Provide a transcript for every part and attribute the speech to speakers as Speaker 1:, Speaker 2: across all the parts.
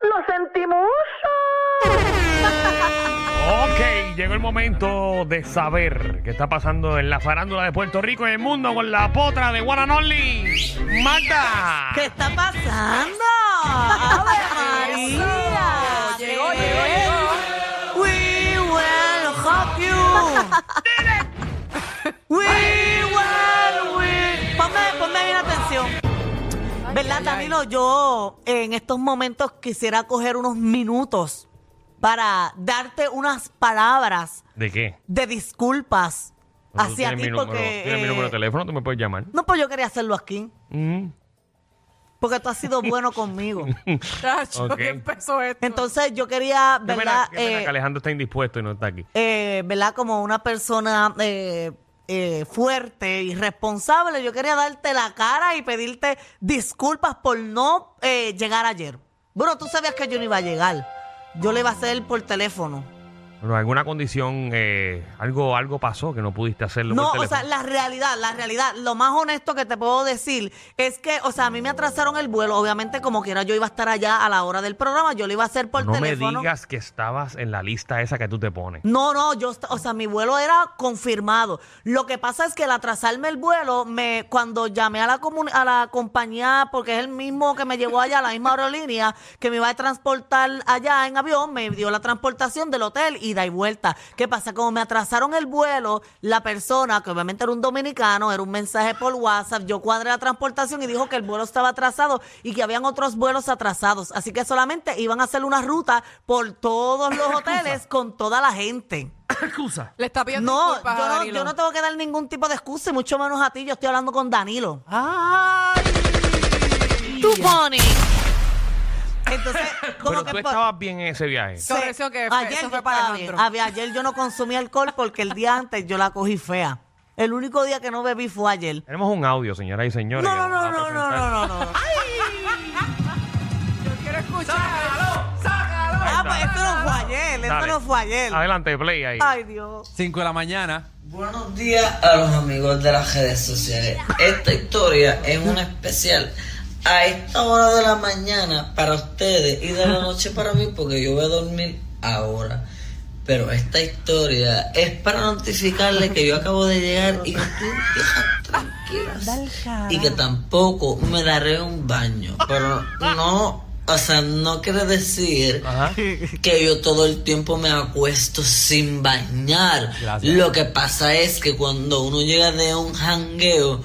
Speaker 1: Lo sentimos.
Speaker 2: Ok, llegó el momento de saber qué está pasando en la farándula de Puerto Rico y el mundo con la potra de One and Only, Magda.
Speaker 3: ¿Qué está pasando? ¡Ave María! ¡Llegó, llegó, llegó! We will help you. We will, we... Ponme, ponme bien atención. ¿Verdad, Danilo? Yo eh, en estos momentos quisiera coger unos minutos para darte unas palabras
Speaker 2: ¿De qué?
Speaker 3: de disculpas
Speaker 2: Tú
Speaker 3: hacia
Speaker 2: tienes
Speaker 3: ti
Speaker 2: mi número,
Speaker 3: porque...
Speaker 2: tienes mi número de
Speaker 3: eh,
Speaker 2: teléfono, tú me puedes llamar.
Speaker 3: no, pues yo quería hacerlo aquí.
Speaker 2: Mm,
Speaker 3: Porque tú has sido bueno conmigo.
Speaker 4: Tacho,
Speaker 2: Ok.
Speaker 4: ¿qué empezó esto?
Speaker 3: Entonces yo quería,
Speaker 2: qué pena-
Speaker 3: ¿verdad?
Speaker 2: qué pena
Speaker 3: Eh,
Speaker 2: que Alejandro está indispuesto y no está aquí.
Speaker 3: eh, ¿Verdad? Como una persona eh, eh, fuerte y responsable, yo quería darte la cara y pedirte disculpas por no eh, llegar ayer. Bueno, tú sabías que yo no iba a llegar. Yo le iba a hacer por teléfono.
Speaker 2: Bueno, alguna condición, eh, algo, algo pasó que no pudiste hacerlo.
Speaker 3: No,
Speaker 2: por
Speaker 3: o sea, la
Speaker 2: teléfono.
Speaker 3: realidad, la realidad, lo más honesto que te puedo decir es que, o sea, a mí me atrasaron el vuelo. Obviamente, como quiera, yo iba a estar allá a la hora del programa, yo lo iba a hacer por
Speaker 2: no
Speaker 3: teléfono.
Speaker 2: me digas que estabas en la lista esa que tú te pones.
Speaker 3: No, no, yo, est- o sea, mi vuelo era confirmado. Lo que pasa es que al atrasarme el vuelo, me, cuando llamé a la, comun- a la compañía, porque es el mismo que me llevó allá, la misma aerolínea, que me iba a transportar allá en avión, me dio la transportación del hotel ida y vuelta. ¿Qué pasa? Como me atrasaron el vuelo, la persona, que obviamente era un dominicano, era un mensaje por WhatsApp, yo cuadré la transportación y dijo que el vuelo estaba atrasado y que habían otros vuelos atrasados. Así que solamente iban a hacer una ruta por todos los hoteles con toda la gente.
Speaker 4: Le está pidiendo
Speaker 3: No,
Speaker 4: disculpas
Speaker 3: yo
Speaker 4: a
Speaker 3: no,
Speaker 4: Danilo.
Speaker 3: yo no tengo que dar ningún tipo de excusa, y mucho menos a ti. Yo estoy hablando con Danilo.
Speaker 4: ¡Ay!
Speaker 3: ¡Tú, Bonnie! Entonces, como
Speaker 2: Pero
Speaker 3: que...
Speaker 2: tú
Speaker 3: por-
Speaker 2: estabas bien en ese viaje.
Speaker 3: Sí.
Speaker 4: Corrección que fue-
Speaker 3: ayer,
Speaker 4: eso
Speaker 3: yo
Speaker 4: fue para
Speaker 3: estaba
Speaker 4: Alejandro.
Speaker 3: bien. Había- ayer yo no consumí alcohol porque el día antes yo la cogí fea. El único día que no bebí fue ayer.
Speaker 2: Tenemos un audio, señoras y señores.
Speaker 3: No,
Speaker 2: que
Speaker 3: no,
Speaker 2: vamos
Speaker 3: no,
Speaker 2: a
Speaker 3: no, no,
Speaker 2: presentar.
Speaker 3: no, no, no.
Speaker 4: Yo quiero escuchar.
Speaker 3: Ah, pues esto no fue ayer, esto
Speaker 2: Dale.
Speaker 3: no Ah, fue ayer.
Speaker 2: Adelante, play ahí.
Speaker 3: Ay, Dios.
Speaker 5: 5 de la mañana.
Speaker 6: Buenos días a los amigos de las redes sociales. Esta historia es una especial a esta hora de la mañana para ustedes y de la noche para mí porque yo voy a dormir ahora. Pero esta historia es para notificarles que yo acabo de llegar y que estoy viejas tranquilas y que tampoco me daré un baño. Pero no, o sea, no quiere decir
Speaker 2: Ajá.
Speaker 6: que yo todo el tiempo me acuesto sin bañar.
Speaker 5: Gracias.
Speaker 6: Lo que pasa es que cuando uno llega de un jangueo,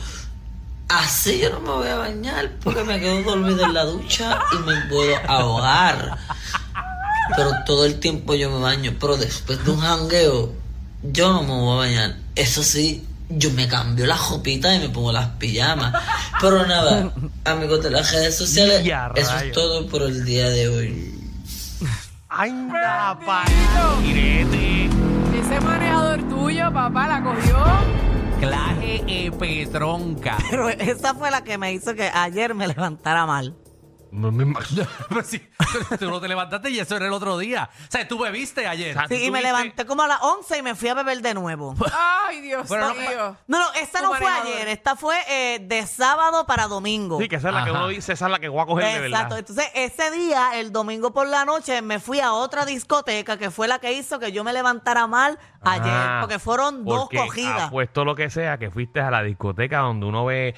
Speaker 6: así yo no me voy a bañar porque me quedo dormido en la ducha y me puedo ahogar. Pero todo el tiempo yo me baño. Pero después de un jangueo, yo no me voy a bañar. Eso sí, yo me cambio la jopita y me pongo las pijamas. Pero nada, amigos de las redes sociales,
Speaker 2: Ya,
Speaker 6: eso es
Speaker 2: rayos.
Speaker 6: todo por el día de hoy.
Speaker 2: Anda, parirete.
Speaker 4: Ese manejador tuyo, papá, la cogió.
Speaker 5: Claje e petronca.
Speaker 3: Pero esa fue la que me hizo que ayer me levantara mal.
Speaker 2: No me imagino.
Speaker 5: Pero Pues sí, tú no te levantaste y eso era el otro día. O sea, tú bebiste ayer.
Speaker 2: Exacto.
Speaker 3: Sí, y me
Speaker 2: Tuviste-
Speaker 3: levanté como a las 11 y me fui a beber de nuevo.
Speaker 4: Ay, Dios
Speaker 5: Pero no-
Speaker 4: mío.
Speaker 3: No, no, esta
Speaker 4: Tu
Speaker 3: no fue
Speaker 4: manejador.
Speaker 3: ayer, esta fue eh, de sábado para domingo.
Speaker 2: Sí, que esa es la que
Speaker 5: Ajá.
Speaker 2: uno dice, esa es la que voy a coger de verdad.
Speaker 3: Exacto, entonces ese día, el domingo por la noche, me fui a otra discoteca que fue la que hizo que yo me levantara mal ayer,
Speaker 2: Ah,
Speaker 3: porque fueron dos
Speaker 2: porque ah,
Speaker 3: cogidas.
Speaker 2: Apuesto lo que sea, que fuiste a la discoteca donde uno ve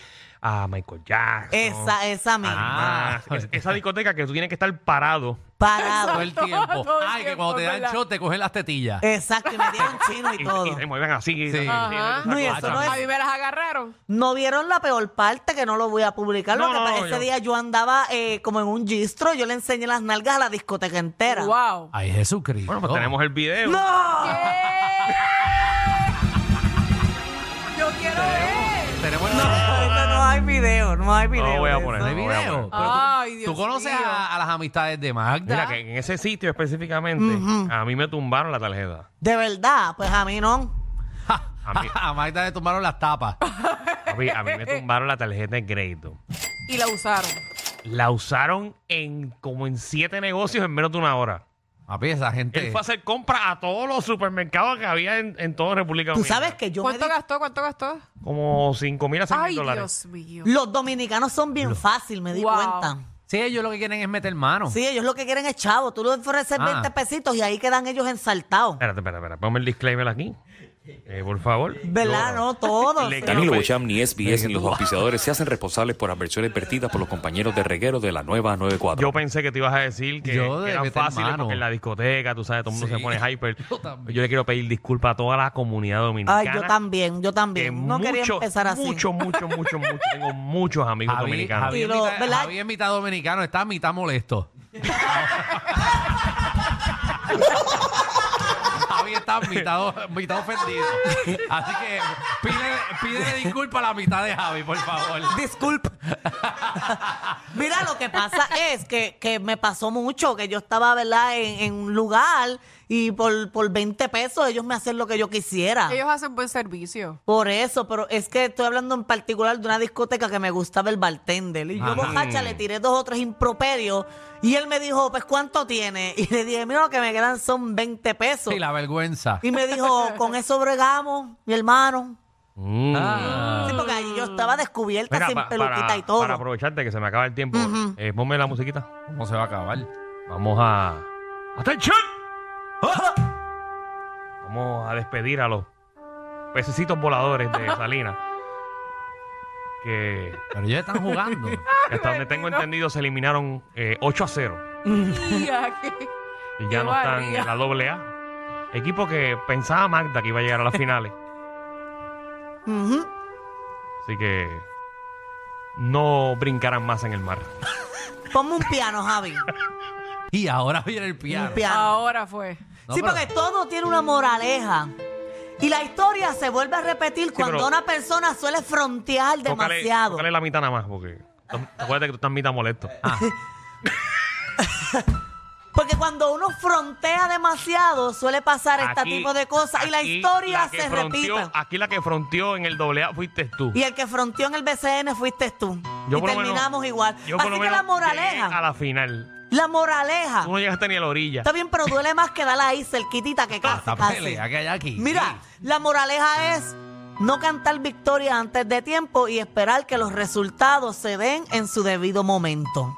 Speaker 2: a Michael Jackson.
Speaker 3: Esa, esa misma.
Speaker 2: Ah,
Speaker 5: Ah.
Speaker 2: es- esa discoteca que tú tienes que estar parado.
Speaker 3: Parado.
Speaker 5: Todo el tiempo. Eh,
Speaker 4: Todo el
Speaker 5: Ay, que
Speaker 4: tiempo,
Speaker 5: cuando te dan
Speaker 4: ¿verdad?
Speaker 5: shot te cogen las tetillas.
Speaker 3: Exacto, y me dieron chino y
Speaker 2: Y,
Speaker 3: todo.
Speaker 2: y se mueven así.
Speaker 5: Sí.
Speaker 4: Ajá.
Speaker 3: No, y eso
Speaker 5: guacha.
Speaker 3: no es-
Speaker 4: A mí me las agarraron.
Speaker 3: No vieron la peor parte, que no lo voy a publicar.
Speaker 2: No,
Speaker 3: lo que
Speaker 2: no,
Speaker 3: pa-
Speaker 2: no,
Speaker 3: ese
Speaker 2: yo-
Speaker 3: día yo andaba eh, como en un gistro, yo le enseñé las nalgas a la discoteca entera.
Speaker 4: Wow.
Speaker 5: Ay, Jesucristo.
Speaker 2: Bueno, pues tenemos el video.
Speaker 3: ¡No!
Speaker 4: Yo quiero ver.
Speaker 5: Tenemos el
Speaker 3: Eso no hay hay video, no hay video.
Speaker 2: No voy a
Speaker 3: de
Speaker 2: poner,
Speaker 5: Ah,
Speaker 3: eso.
Speaker 2: no voy a poner.
Speaker 5: Pero tú-
Speaker 4: Ay, Dios
Speaker 5: ¿Tú conoces
Speaker 4: mío.
Speaker 5: a, a las amistades de Magda?
Speaker 2: Mira, que en ese sitio específicamente, a mí me tumbaron la tarjeta.
Speaker 3: De verdad, pues a mí no.
Speaker 2: A mí,
Speaker 5: a Magda le tomaron las tapas.
Speaker 2: papi, a mí me tumbaron la tarjeta de crédito.
Speaker 4: Y la usaron.
Speaker 2: La usaron en como en siete negocios en menos de una hora.
Speaker 5: Papi, esa gente...
Speaker 2: Él fue a hacer compras a todos los supermercados que había en, en toda República
Speaker 3: Tú
Speaker 2: Dominicana.
Speaker 3: sabes que yo me
Speaker 4: ¿Cuánto
Speaker 3: di-
Speaker 4: gastó? ¿Cuánto gastó?
Speaker 2: Como 5 mil a 6
Speaker 4: Ay,
Speaker 2: mil dólares.
Speaker 4: Dios mío.
Speaker 3: los dominicanos son bien fácil, me di
Speaker 4: Wow.
Speaker 3: cuenta.
Speaker 5: Sí, ellos lo que quieren es meter mano.
Speaker 3: Sí, ellos lo que quieren es chavo. Tú le ofreces
Speaker 5: Ah.
Speaker 3: 20 pesitos y ahí quedan ellos ensaltados.
Speaker 2: Espérate, espérate, espérate. Ponme el disclaimer aquí. Eh, por favor.
Speaker 3: ¿Verdad? No, todos.
Speaker 2: Le
Speaker 3: sí.
Speaker 2: quiero
Speaker 7: Danilo
Speaker 2: pe-
Speaker 7: Bocham ni SBS ni los auspiciadores se hacen responsables por adversiones vertidas por los compañeros de reguero de la nueva 94.
Speaker 2: Yo pensé que te ibas a decir que,
Speaker 5: Yo
Speaker 2: que
Speaker 5: de
Speaker 2: eran
Speaker 5: meter
Speaker 2: fáciles
Speaker 5: mano.
Speaker 2: porque en la discoteca, tú sabes, todo el mundo se
Speaker 5: Sí.
Speaker 2: pone hyper.
Speaker 5: Yo también.
Speaker 2: Yo le quiero pedir disculpas a toda la comunidad dominicana.
Speaker 3: Ay, yo también, yo
Speaker 2: que
Speaker 3: también. No quería
Speaker 2: mucho,
Speaker 3: empezar así.
Speaker 2: Mucho, mucho, mucho, mucho. Tengo muchos amigos
Speaker 5: Javi,
Speaker 2: dominicanos.
Speaker 5: Javi, es
Speaker 3: Tiro,
Speaker 5: mitad-
Speaker 3: ¿verdad?
Speaker 5: Javi es mitad dominicano, está mitad molesto. Javi está mitad, do- mitad ofendido. Así que pídele, pídele disculpas a la mitad de Javi, por favor.
Speaker 3: Disculpe. Mira, lo que pasa es que, que me pasó mucho, que yo estaba, ¿verdad?, en, en un lugar y por, por 20 pesos ellos me hacen lo que yo quisiera.
Speaker 4: Ellos hacen buen servicio.
Speaker 3: Por eso, pero es que estoy hablando en particular de una discoteca que me gustaba el bartender. Y yo,
Speaker 5: Ajá.
Speaker 3: bojacha, le tiré dos o tres improperios y él me dijo, pues, ¿cuánto tiene? Y le dije, mira, lo que me quedan son 20 pesos.
Speaker 5: Y la vergüenza.
Speaker 3: Y me dijo, con eso bregamos, mi hermano.
Speaker 2: Mm.
Speaker 5: Ah.
Speaker 3: Sí, porque allí yo estaba descubierta
Speaker 2: Mira,
Speaker 3: sin
Speaker 2: pa-
Speaker 3: peluquita
Speaker 2: para,
Speaker 3: y todo.
Speaker 2: para aprovecharte que se me acaba el tiempo, eh, ponme la musiquita.
Speaker 5: ¿Cómo se va a acabar?
Speaker 2: Vamos a. ¡Atención! ¡Ah! Vamos a despedir a los pececitos voladores de Salinas. que
Speaker 5: Pero ellos están jugando.
Speaker 2: que hasta donde tengo entendido se eliminaron eh, 8 a 0.
Speaker 4: Mira, que-
Speaker 2: Y
Speaker 4: Qué
Speaker 2: ya no están
Speaker 4: barriga.
Speaker 2: en la doble A. Equipo que pensaba Magda que iba a llegar a las finales.
Speaker 3: Ujú.
Speaker 2: Así que no brincarán más en el mar.
Speaker 3: Ponme un piano, Javi.
Speaker 5: Y ahora viene el piano.
Speaker 3: Un piano.
Speaker 4: Ahora fue.
Speaker 5: No,
Speaker 3: sí,
Speaker 5: pero-
Speaker 3: porque todo tiene una moraleja. Y la historia se vuelve a repetir cuando
Speaker 2: pero-
Speaker 3: una persona suele frontear
Speaker 2: Tócale-
Speaker 3: demasiado. Ah.
Speaker 2: Tócale la mitad nada más, porque acuérdate que tú estás mitad molesto.
Speaker 3: Porque cuando uno frontea demasiado, suele pasar este
Speaker 2: Aquí-
Speaker 3: tipo de cosas y la
Speaker 2: aquí
Speaker 3: historia
Speaker 2: la que
Speaker 3: se
Speaker 2: fronteó-
Speaker 3: repite.
Speaker 2: Aquí la que fronteó en el doble A fuiste tú.
Speaker 3: Y el que fronteó en el BCN fuiste tú.
Speaker 2: Yo
Speaker 3: y
Speaker 2: por lo menos-
Speaker 3: terminamos igual.
Speaker 2: yo por
Speaker 3: Así
Speaker 2: lo
Speaker 3: que la
Speaker 2: menos llegué
Speaker 3: moraleja,
Speaker 2: A la final.
Speaker 3: la moraleja.
Speaker 2: Tú no llegaste ni a la orilla.
Speaker 3: Está bien, pero duele más quedarla ahí cerquitita que casi,
Speaker 5: Esta
Speaker 3: casi.
Speaker 5: pelea que hay aquí.
Speaker 3: Mira, la moraleja es no cantar victoria antes de tiempo y esperar que los resultados se den en su debido momento.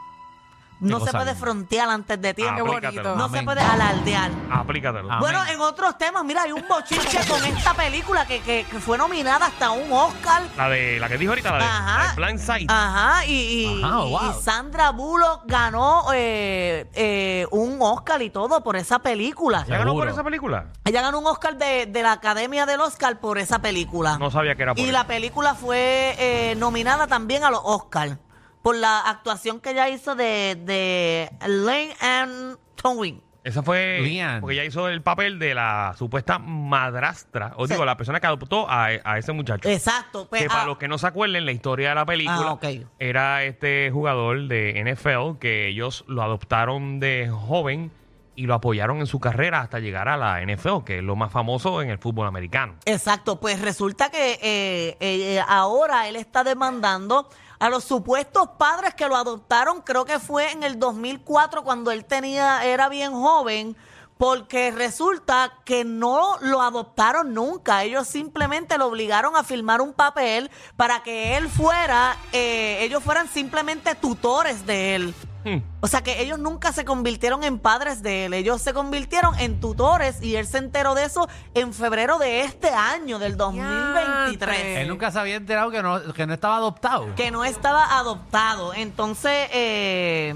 Speaker 3: No se
Speaker 5: cosa
Speaker 3: puede
Speaker 5: linda.
Speaker 3: frontear antes de tiempo.
Speaker 2: Aplícatelo.
Speaker 4: bonito.
Speaker 3: No se
Speaker 5: Amén.
Speaker 3: puede alardear.
Speaker 2: Aplícatelo.
Speaker 5: Ah.
Speaker 3: Bueno,
Speaker 5: Amén.
Speaker 3: en otros temas, mira, hay un bochinche con esta película que, que- que fue nominada hasta un Oscar.
Speaker 2: La de la que dijo ahorita, la de,
Speaker 3: Ajá. Ah.
Speaker 2: la de Blind Side.
Speaker 3: Ajá, y, y-
Speaker 5: Ajá,
Speaker 3: y-
Speaker 5: wow.
Speaker 3: y Sandra Bullock ganó eh, eh, un Oscar y todo por esa película.
Speaker 2: ¿Ya ganó por
Speaker 5: Seguro.
Speaker 2: esa película?
Speaker 3: Ella ganó un Oscar de, de la Academia del Oscar por esa película.
Speaker 2: No sabía que era por
Speaker 3: Ah. y
Speaker 2: eso.
Speaker 3: la película fue eh, nominada también a los Oscar por la actuación que ella hizo de, de Lane and Towing.
Speaker 2: Esa fue
Speaker 5: Lian.
Speaker 2: porque ella hizo el papel de la supuesta madrastra, o
Speaker 3: Sí.
Speaker 2: digo, la persona que adoptó a, a ese muchacho.
Speaker 3: Exacto. pues,
Speaker 2: que para
Speaker 3: ah,
Speaker 2: los que no se acuerden, la historia de la película
Speaker 3: Ah, ok.
Speaker 2: era este jugador de NFL que ellos lo adoptaron de joven y lo apoyaron en su carrera hasta llegar a la NFL, que es lo más famoso en el fútbol americano.
Speaker 3: Exacto, pues resulta que eh, eh, eh, ahora él está demandando a los supuestos padres que lo adoptaron, creo que fue en el 2004 cuando él tenía era bien joven, porque resulta que no lo adoptaron nunca, ellos simplemente lo obligaron a firmar un papel para que él fuera, eh, ellos fueran simplemente tutores de él.
Speaker 2: Hmm.
Speaker 3: O sea que ellos nunca se convirtieron en padres de él, ellos se convirtieron en tutores y él se enteró de eso en febrero de este año, del 2023.
Speaker 4: Diantre.
Speaker 5: Él nunca se había enterado que no, que no estaba adoptado.
Speaker 3: eh, Que no estaba adoptado. Entonces, eh,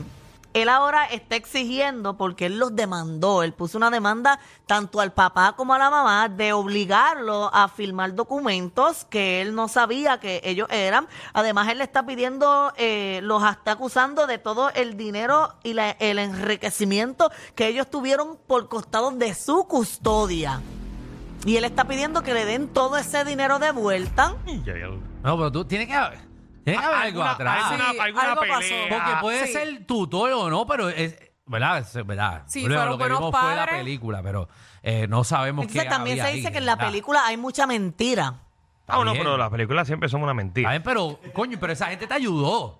Speaker 3: él ahora está exigiendo, porque él los demandó, él puso una demanda tanto al papá como a la mamá de obligarlo a firmar documentos que él no sabía que ellos eran. Además, él le está pidiendo, eh, los está acusando de todo el dinero y la- el enriquecimiento que ellos tuvieron por costados de su custodia. Y él está pidiendo que le den todo ese dinero de vuelta.
Speaker 2: Y ya- ya-
Speaker 5: No, pero tú tienes que. Tiene que haber algo
Speaker 2: alguna-
Speaker 5: atrás.
Speaker 2: alguna-
Speaker 4: Sí,
Speaker 2: alguna
Speaker 4: algo pasó.
Speaker 2: pelea.
Speaker 5: Porque
Speaker 3: Ah,
Speaker 5: puede
Speaker 4: Sí.
Speaker 5: ser tutor o no, pero es. ¿Verdad? Es- ¿verdad?
Speaker 4: Sí,
Speaker 5: Bueno,
Speaker 4: fueron
Speaker 5: lo que
Speaker 4: buenos
Speaker 5: vimos fue la
Speaker 4: padres.
Speaker 5: película, pero eh, no sabemos qué
Speaker 3: Entonces también
Speaker 5: había
Speaker 3: se
Speaker 5: ahí,
Speaker 3: dice que en la
Speaker 5: ¿verdad?
Speaker 3: película hay mucha mentira.
Speaker 5: Está
Speaker 2: Ah, bueno,
Speaker 5: bien.
Speaker 2: pero las películas siempre son una
Speaker 5: Está
Speaker 2: mentira.
Speaker 5: bien, pero, coño, pero esa gente te ayudó.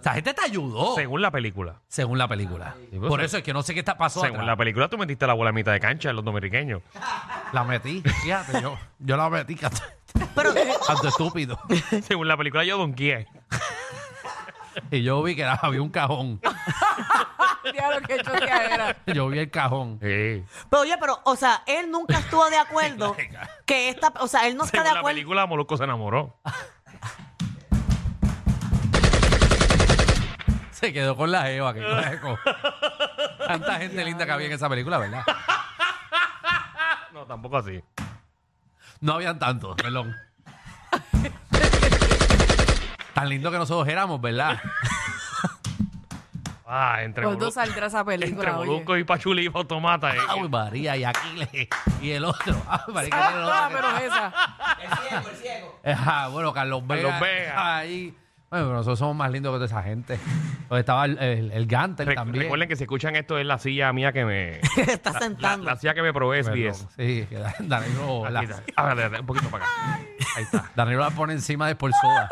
Speaker 5: Esa gente te ayudó. Según,
Speaker 2: Según la película.
Speaker 5: la película.
Speaker 2: Sí, pues,
Speaker 5: Por
Speaker 2: sí.
Speaker 5: eso es que no sé qué está pasó
Speaker 2: Según la
Speaker 5: atrás.
Speaker 2: película, tú metiste la bola a mitad de cancha de los dominiqueños.
Speaker 5: La metí, fíjate, yo, yo la metí, canto,
Speaker 3: Pero
Speaker 5: canto estúpido.
Speaker 2: Según la película, yo donqué.
Speaker 5: Y yo vi que era- había un cajón.
Speaker 4: Ya lo que era.
Speaker 5: Yo vi el cajón.
Speaker 2: Sí.
Speaker 3: Pero oye, pero, o sea, él nunca estuvo de acuerdo que esta, o sea, él no está
Speaker 2: Según
Speaker 3: de
Speaker 2: la
Speaker 3: acuerdo.
Speaker 2: película, Molusco se enamoró.
Speaker 5: Se quedó con la Eva, que cojo. Tanta gente linda que había en esa película, ¿verdad?
Speaker 2: No, tampoco así.
Speaker 5: No habían tantos, perdón. Tan lindo que nosotros éramos, ¿verdad?
Speaker 2: Ah, entre
Speaker 4: ¿Cuándo
Speaker 2: Molu-
Speaker 4: saldrá esa
Speaker 2: Entre
Speaker 4: película? oye?
Speaker 2: Molusco y Pachuli y Automata.
Speaker 3: Ah,
Speaker 2: eh.
Speaker 5: Ay, María, y Aquiles, y el otro. Ay, María, que era el
Speaker 4: Ah,
Speaker 5: otro.
Speaker 4: pero esa.
Speaker 5: Ajá, Ah, bueno, Carlos Vega.
Speaker 2: Carlos Vega.
Speaker 5: Ahí. Bueno, pero nosotros somos más lindos que toda esa gente. Donde estaba el, el, el Gantel
Speaker 2: Re-
Speaker 5: también.
Speaker 2: Recuerden que si escuchan esto es la silla mía que me...
Speaker 3: Que está
Speaker 2: La,
Speaker 3: sentando.
Speaker 2: la silla que me probé es
Speaker 5: Perdón,
Speaker 2: 10.
Speaker 5: Sí, que Dan- Danilo,
Speaker 2: Aquí
Speaker 5: la,
Speaker 2: está. Ah, dale, dale, un poquito para acá. Ahí está.
Speaker 5: Danilo la pone encima de por soda.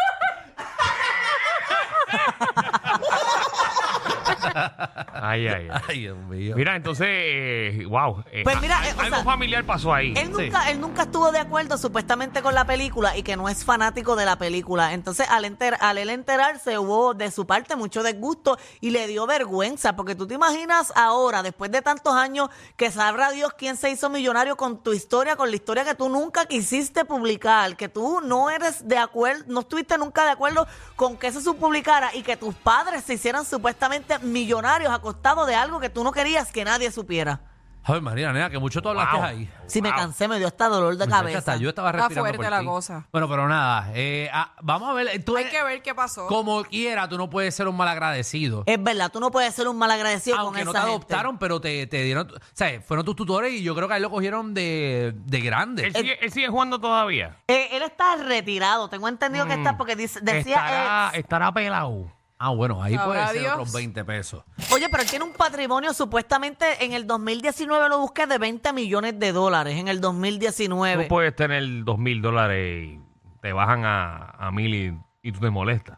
Speaker 2: Ahí, ahí. ahí.
Speaker 5: Ay, Dios mío.
Speaker 2: Mira, entonces, eh, wow. eh,
Speaker 3: Pues
Speaker 2: a-
Speaker 3: mira,
Speaker 2: a-
Speaker 3: eh, o
Speaker 2: algo
Speaker 3: sea,
Speaker 2: familiar pasó ahí.
Speaker 3: Él nunca, él nunca estuvo de acuerdo supuestamente con la película y que no es fanático de la película. Entonces, al, enter- al él enterarse, hubo de su parte mucho desgusto y le dio vergüenza. Porque tú te imaginas ahora, después de tantos años, que sabrá Dios quién se hizo millonario con tu historia, con la historia que tú nunca quisiste publicar, que tú no eres de acuerdo, no estuviste nunca de acuerdo con que eso se publicara y que tus padres se hicieran supuestamente millonarios a costado de algo que tú no querías que nadie supiera.
Speaker 5: Ay, María, nena, que mucho tú hablaste
Speaker 2: Wow.
Speaker 5: ahí.
Speaker 3: Si me cansé, me dio hasta dolor de
Speaker 5: Muchacha,
Speaker 3: cabeza.
Speaker 5: hasta yo estaba
Speaker 4: Está
Speaker 5: respirando
Speaker 4: fuerte
Speaker 5: por
Speaker 4: la
Speaker 5: ti.
Speaker 4: cosa.
Speaker 5: Bueno, pero nada. eh, ah, vamos a ver. Tú
Speaker 4: Hay
Speaker 5: eres-
Speaker 4: que ver qué pasó.
Speaker 5: Como quiera, tú no puedes ser un malagradecido.
Speaker 3: Es verdad, tú no puedes ser un mal agradecido con
Speaker 5: Aunque
Speaker 3: esa
Speaker 5: no te
Speaker 3: gente.
Speaker 5: adoptaron, pero te, te dieron... O sea, fueron tus tutores y yo creo que a él lo cogieron de, de grande.
Speaker 2: Él sigue, él sigue jugando todavía.
Speaker 3: Eh, él está retirado, tengo entendido que
Speaker 5: Mm,
Speaker 3: está porque dice- decía...
Speaker 2: estará,
Speaker 3: eh,
Speaker 2: estará pelado.
Speaker 5: Ah, bueno, ahí
Speaker 4: Sabrá
Speaker 5: puede ser
Speaker 4: Dios.
Speaker 5: otros 20 pesos.
Speaker 3: Oye, pero él tiene un patrimonio, supuestamente en el 2019 lo busqué de 20 millones de dólares, en el
Speaker 2: Tú
Speaker 3: 2019.
Speaker 2: puedes tener dos mil dólares y te bajan a, a mil y, y tú te molestas.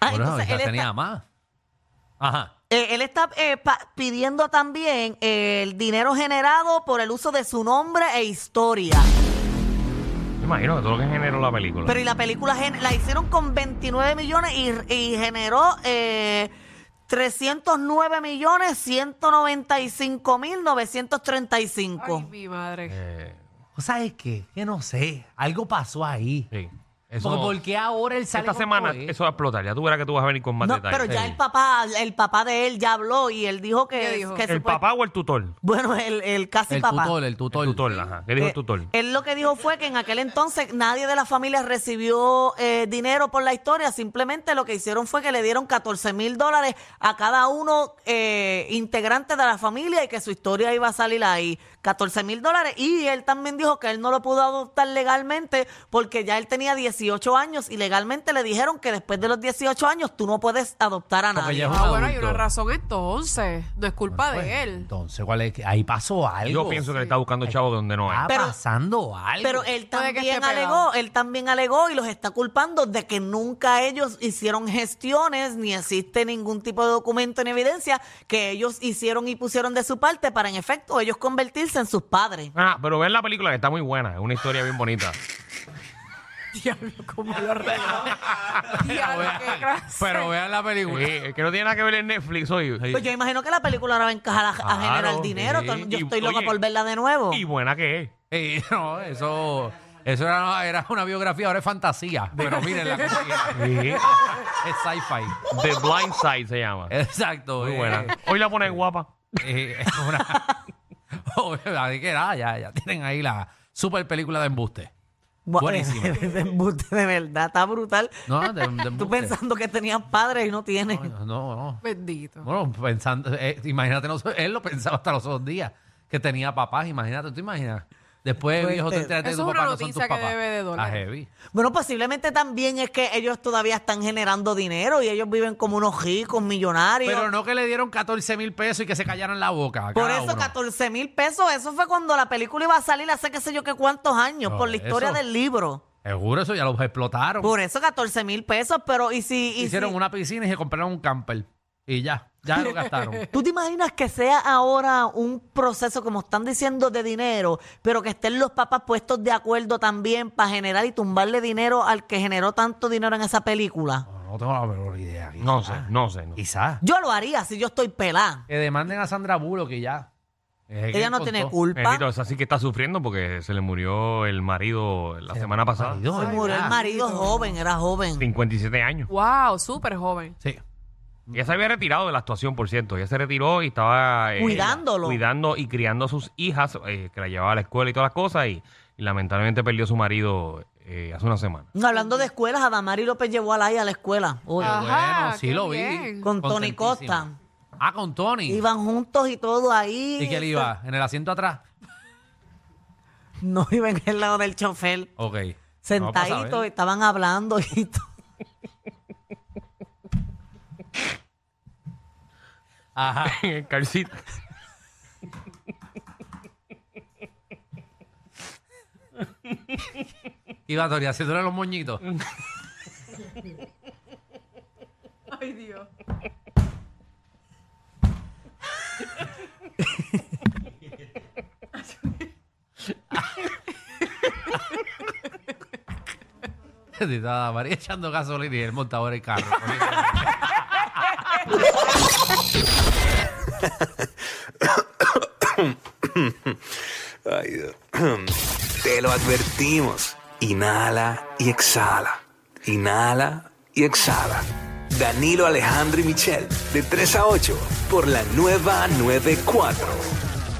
Speaker 3: Ah,
Speaker 5: bueno,
Speaker 3: entonces
Speaker 5: quizás
Speaker 3: él
Speaker 5: tenía
Speaker 3: está,
Speaker 5: más. Ajá.
Speaker 3: eh, él está eh, pa- pidiendo también eh, el dinero generado por el uso de su nombre e historia.
Speaker 2: Me imagino que todo lo que generó la película.
Speaker 3: Pero y la película gen- la hicieron con 29 millones y, y generó eh, 309 millones 195 mil 935.
Speaker 4: Ay, mi madre.
Speaker 2: Eh,
Speaker 5: ¿Sabes qué? Que no sé. Algo pasó ahí.
Speaker 2: sí. Eso-
Speaker 5: Porque ¿por qué ahora él sale
Speaker 2: esta
Speaker 5: con
Speaker 2: semana
Speaker 5: todo ¿eh?
Speaker 2: eso va a explotar. Ya tú verás que tú vas a venir con más
Speaker 3: No,
Speaker 2: detalles.
Speaker 3: pero ya
Speaker 2: Sí.
Speaker 3: el papá, el papá de él ya habló y él dijo que,
Speaker 4: ¿Qué dijo?
Speaker 3: que
Speaker 2: ¿El
Speaker 3: supue-
Speaker 2: papá o el tutor?
Speaker 3: bueno, el, el casi
Speaker 5: El
Speaker 3: papá.
Speaker 5: tutor, el tutor. Eh,
Speaker 2: El tutor, ajá. ¿Qué dijo el tutor?
Speaker 3: Él lo que dijo fue que en aquel entonces nadie de la familia recibió eh, dinero por la historia, simplemente lo que hicieron fue que le dieron 14 mil dólares a cada uno eh, integrante de la familia y que su historia iba a salir ahí. 14 mil dólares y él también dijo que él no lo pudo adoptar legalmente porque ya él tenía 18 años y legalmente le dijeron que después de los 18 años tú no puedes adoptar a
Speaker 5: Porque
Speaker 3: nadie.
Speaker 5: ya es un
Speaker 4: Ah, bueno, hay
Speaker 5: adulto.
Speaker 4: una razón entonces. No es culpa
Speaker 5: Bueno,
Speaker 4: de él.
Speaker 5: Pues, Entonces, ¿cuál es? que- Ahí pasó algo. Ah.
Speaker 2: Yo pienso que le está ¿eh? buscando chavo de donde no es.
Speaker 5: Está
Speaker 3: Pero-
Speaker 5: pasando algo.
Speaker 3: Pero él
Speaker 4: Puede que esté
Speaker 3: también
Speaker 4: pegado.
Speaker 3: alegó, él también alegó y los está culpando de que nunca ellos hicieron gestiones, ni existe ningún tipo de documento ni evidencia que ellos hicieron y pusieron de su parte para en efecto ellos convertirse en sus padres.
Speaker 2: Ah, pero ven la película que está muy buena. Es una historia bien bonita.
Speaker 4: Diablo, cómo lo arregló. Diablo, qué grasa.
Speaker 5: Pero vean la película.
Speaker 2: Eh, es que no tiene nada que ver en Netflix hoy.
Speaker 3: Pues yo imagino que la película ahora va a encajar a, a
Speaker 2: Claro,
Speaker 3: generar dinero.
Speaker 2: sí.
Speaker 3: Todo el- Yo
Speaker 2: Y-
Speaker 3: estoy loca
Speaker 2: oye,
Speaker 3: por verla de nuevo.
Speaker 2: Y buena que es.
Speaker 5: Eh, no, eso, eso era, era una biografía, ahora es fantasía. Pero miren la
Speaker 2: Sí.
Speaker 5: Es sci-fi.
Speaker 2: The Blind Side se llama.
Speaker 5: Exacto.
Speaker 2: Muy
Speaker 5: eh,
Speaker 2: buena. Hoy la ponen guapa.
Speaker 5: eh, es una- Obvio, así que nada, ya, ya tienen ahí la super película de embuste.
Speaker 3: Bu-
Speaker 5: buenísimo.
Speaker 3: de embuste, de verdad, está brutal.
Speaker 5: No, de, de embuste.
Speaker 3: Tú pensando que tenían padres y no tienen.
Speaker 5: No, no.
Speaker 4: Bendito.
Speaker 5: Bueno, pensando, eh, imagínate, nos- él lo pensaba hasta los dos días que tenía papás, imagínate, tú imaginas. Después, viejo, te
Speaker 3: Fuerte.
Speaker 5: enteraste de
Speaker 4: este, Eso es
Speaker 5: tu
Speaker 4: una
Speaker 5: papá, no son tus
Speaker 4: noticia que
Speaker 5: papás.
Speaker 4: debe de doler.
Speaker 5: Ah, heavy.
Speaker 3: Bueno, posiblemente también es que ellos todavía están generando dinero y ellos viven como unos ricos, millonarios.
Speaker 5: Pero no que le dieron 14 mil pesos y que se callaron la boca. a
Speaker 3: Por
Speaker 5: cada
Speaker 3: eso,
Speaker 5: uno.
Speaker 3: 14 mil pesos, eso fue cuando la película iba a salir hace qué sé yo qué cuántos años,
Speaker 5: No,
Speaker 3: por la historia
Speaker 5: eso.
Speaker 3: del libro.
Speaker 5: Seguro, eso ya los explotaron.
Speaker 3: Por eso 14 mil pesos, pero ¿y si...? y
Speaker 5: Hicieron
Speaker 3: si-
Speaker 5: una piscina y se compraron un camper. Y ya, ya lo gastaron.
Speaker 3: ¿Tú te imaginas que sea ahora un proceso, como están diciendo, de dinero, pero que estén los papás puestos de acuerdo también para generar y tumbarle dinero al que generó tanto dinero en esa película?
Speaker 5: No, no tengo la menor idea. quizá.
Speaker 2: No sé, no sé. no sé.
Speaker 5: Quizás.
Speaker 3: Yo lo haría si yo estoy pelada.
Speaker 5: Que demanden a Sandra Bullock y ya. Es que
Speaker 3: Ella no tiene
Speaker 5: contó.
Speaker 3: culpa.
Speaker 2: Bendito, esa sí que está sufriendo porque se le murió el marido la
Speaker 5: Se
Speaker 2: semana pasada.
Speaker 5: marido,
Speaker 3: Se
Speaker 5: ay,
Speaker 3: murió el
Speaker 5: ah.
Speaker 3: marido joven, era joven.
Speaker 2: 57 años.
Speaker 4: Wow, súper joven.
Speaker 5: Sí.
Speaker 2: Ella se había retirado de la actuación, por cierto. Ella se retiró y estaba... eh,
Speaker 3: Cuidándolo.
Speaker 2: Cuidando y criando a sus hijas, eh, que la llevaba a la escuela y todas las cosas. Y, y lamentablemente perdió a su marido eh, hace una semana.
Speaker 3: Hablando de escuelas, Adamari López llevó a Laia a la escuela. Uy.
Speaker 4: Ah. Ajá,
Speaker 5: bueno, sí
Speaker 4: qué
Speaker 5: lo vi.
Speaker 4: bien.
Speaker 3: Con Tony
Speaker 5: Contentísimo.
Speaker 3: Costa.
Speaker 5: Ah, con Tony.
Speaker 3: Iban juntos y todo ahí.
Speaker 5: ¿Y qué le iba? ¿En el asiento atrás?
Speaker 3: No iban en el lado del chofer.
Speaker 5: Ok. No, para
Speaker 3: Sentaditos,
Speaker 5: saber.
Speaker 3: estaban hablando y todo.
Speaker 5: Ajá.
Speaker 2: en el car seat.
Speaker 5: Iba Tony haciéndole los moñitos.
Speaker 4: Ay, Dios.
Speaker 5: Estaba María echando gasolina y él montaba en el carro.
Speaker 8: Ay, Dios. Te lo advertimos. Inhala y exhala. Inhala y exhala. Danilo Alejandro y Michel, de 3 a 8, por la nueva 94.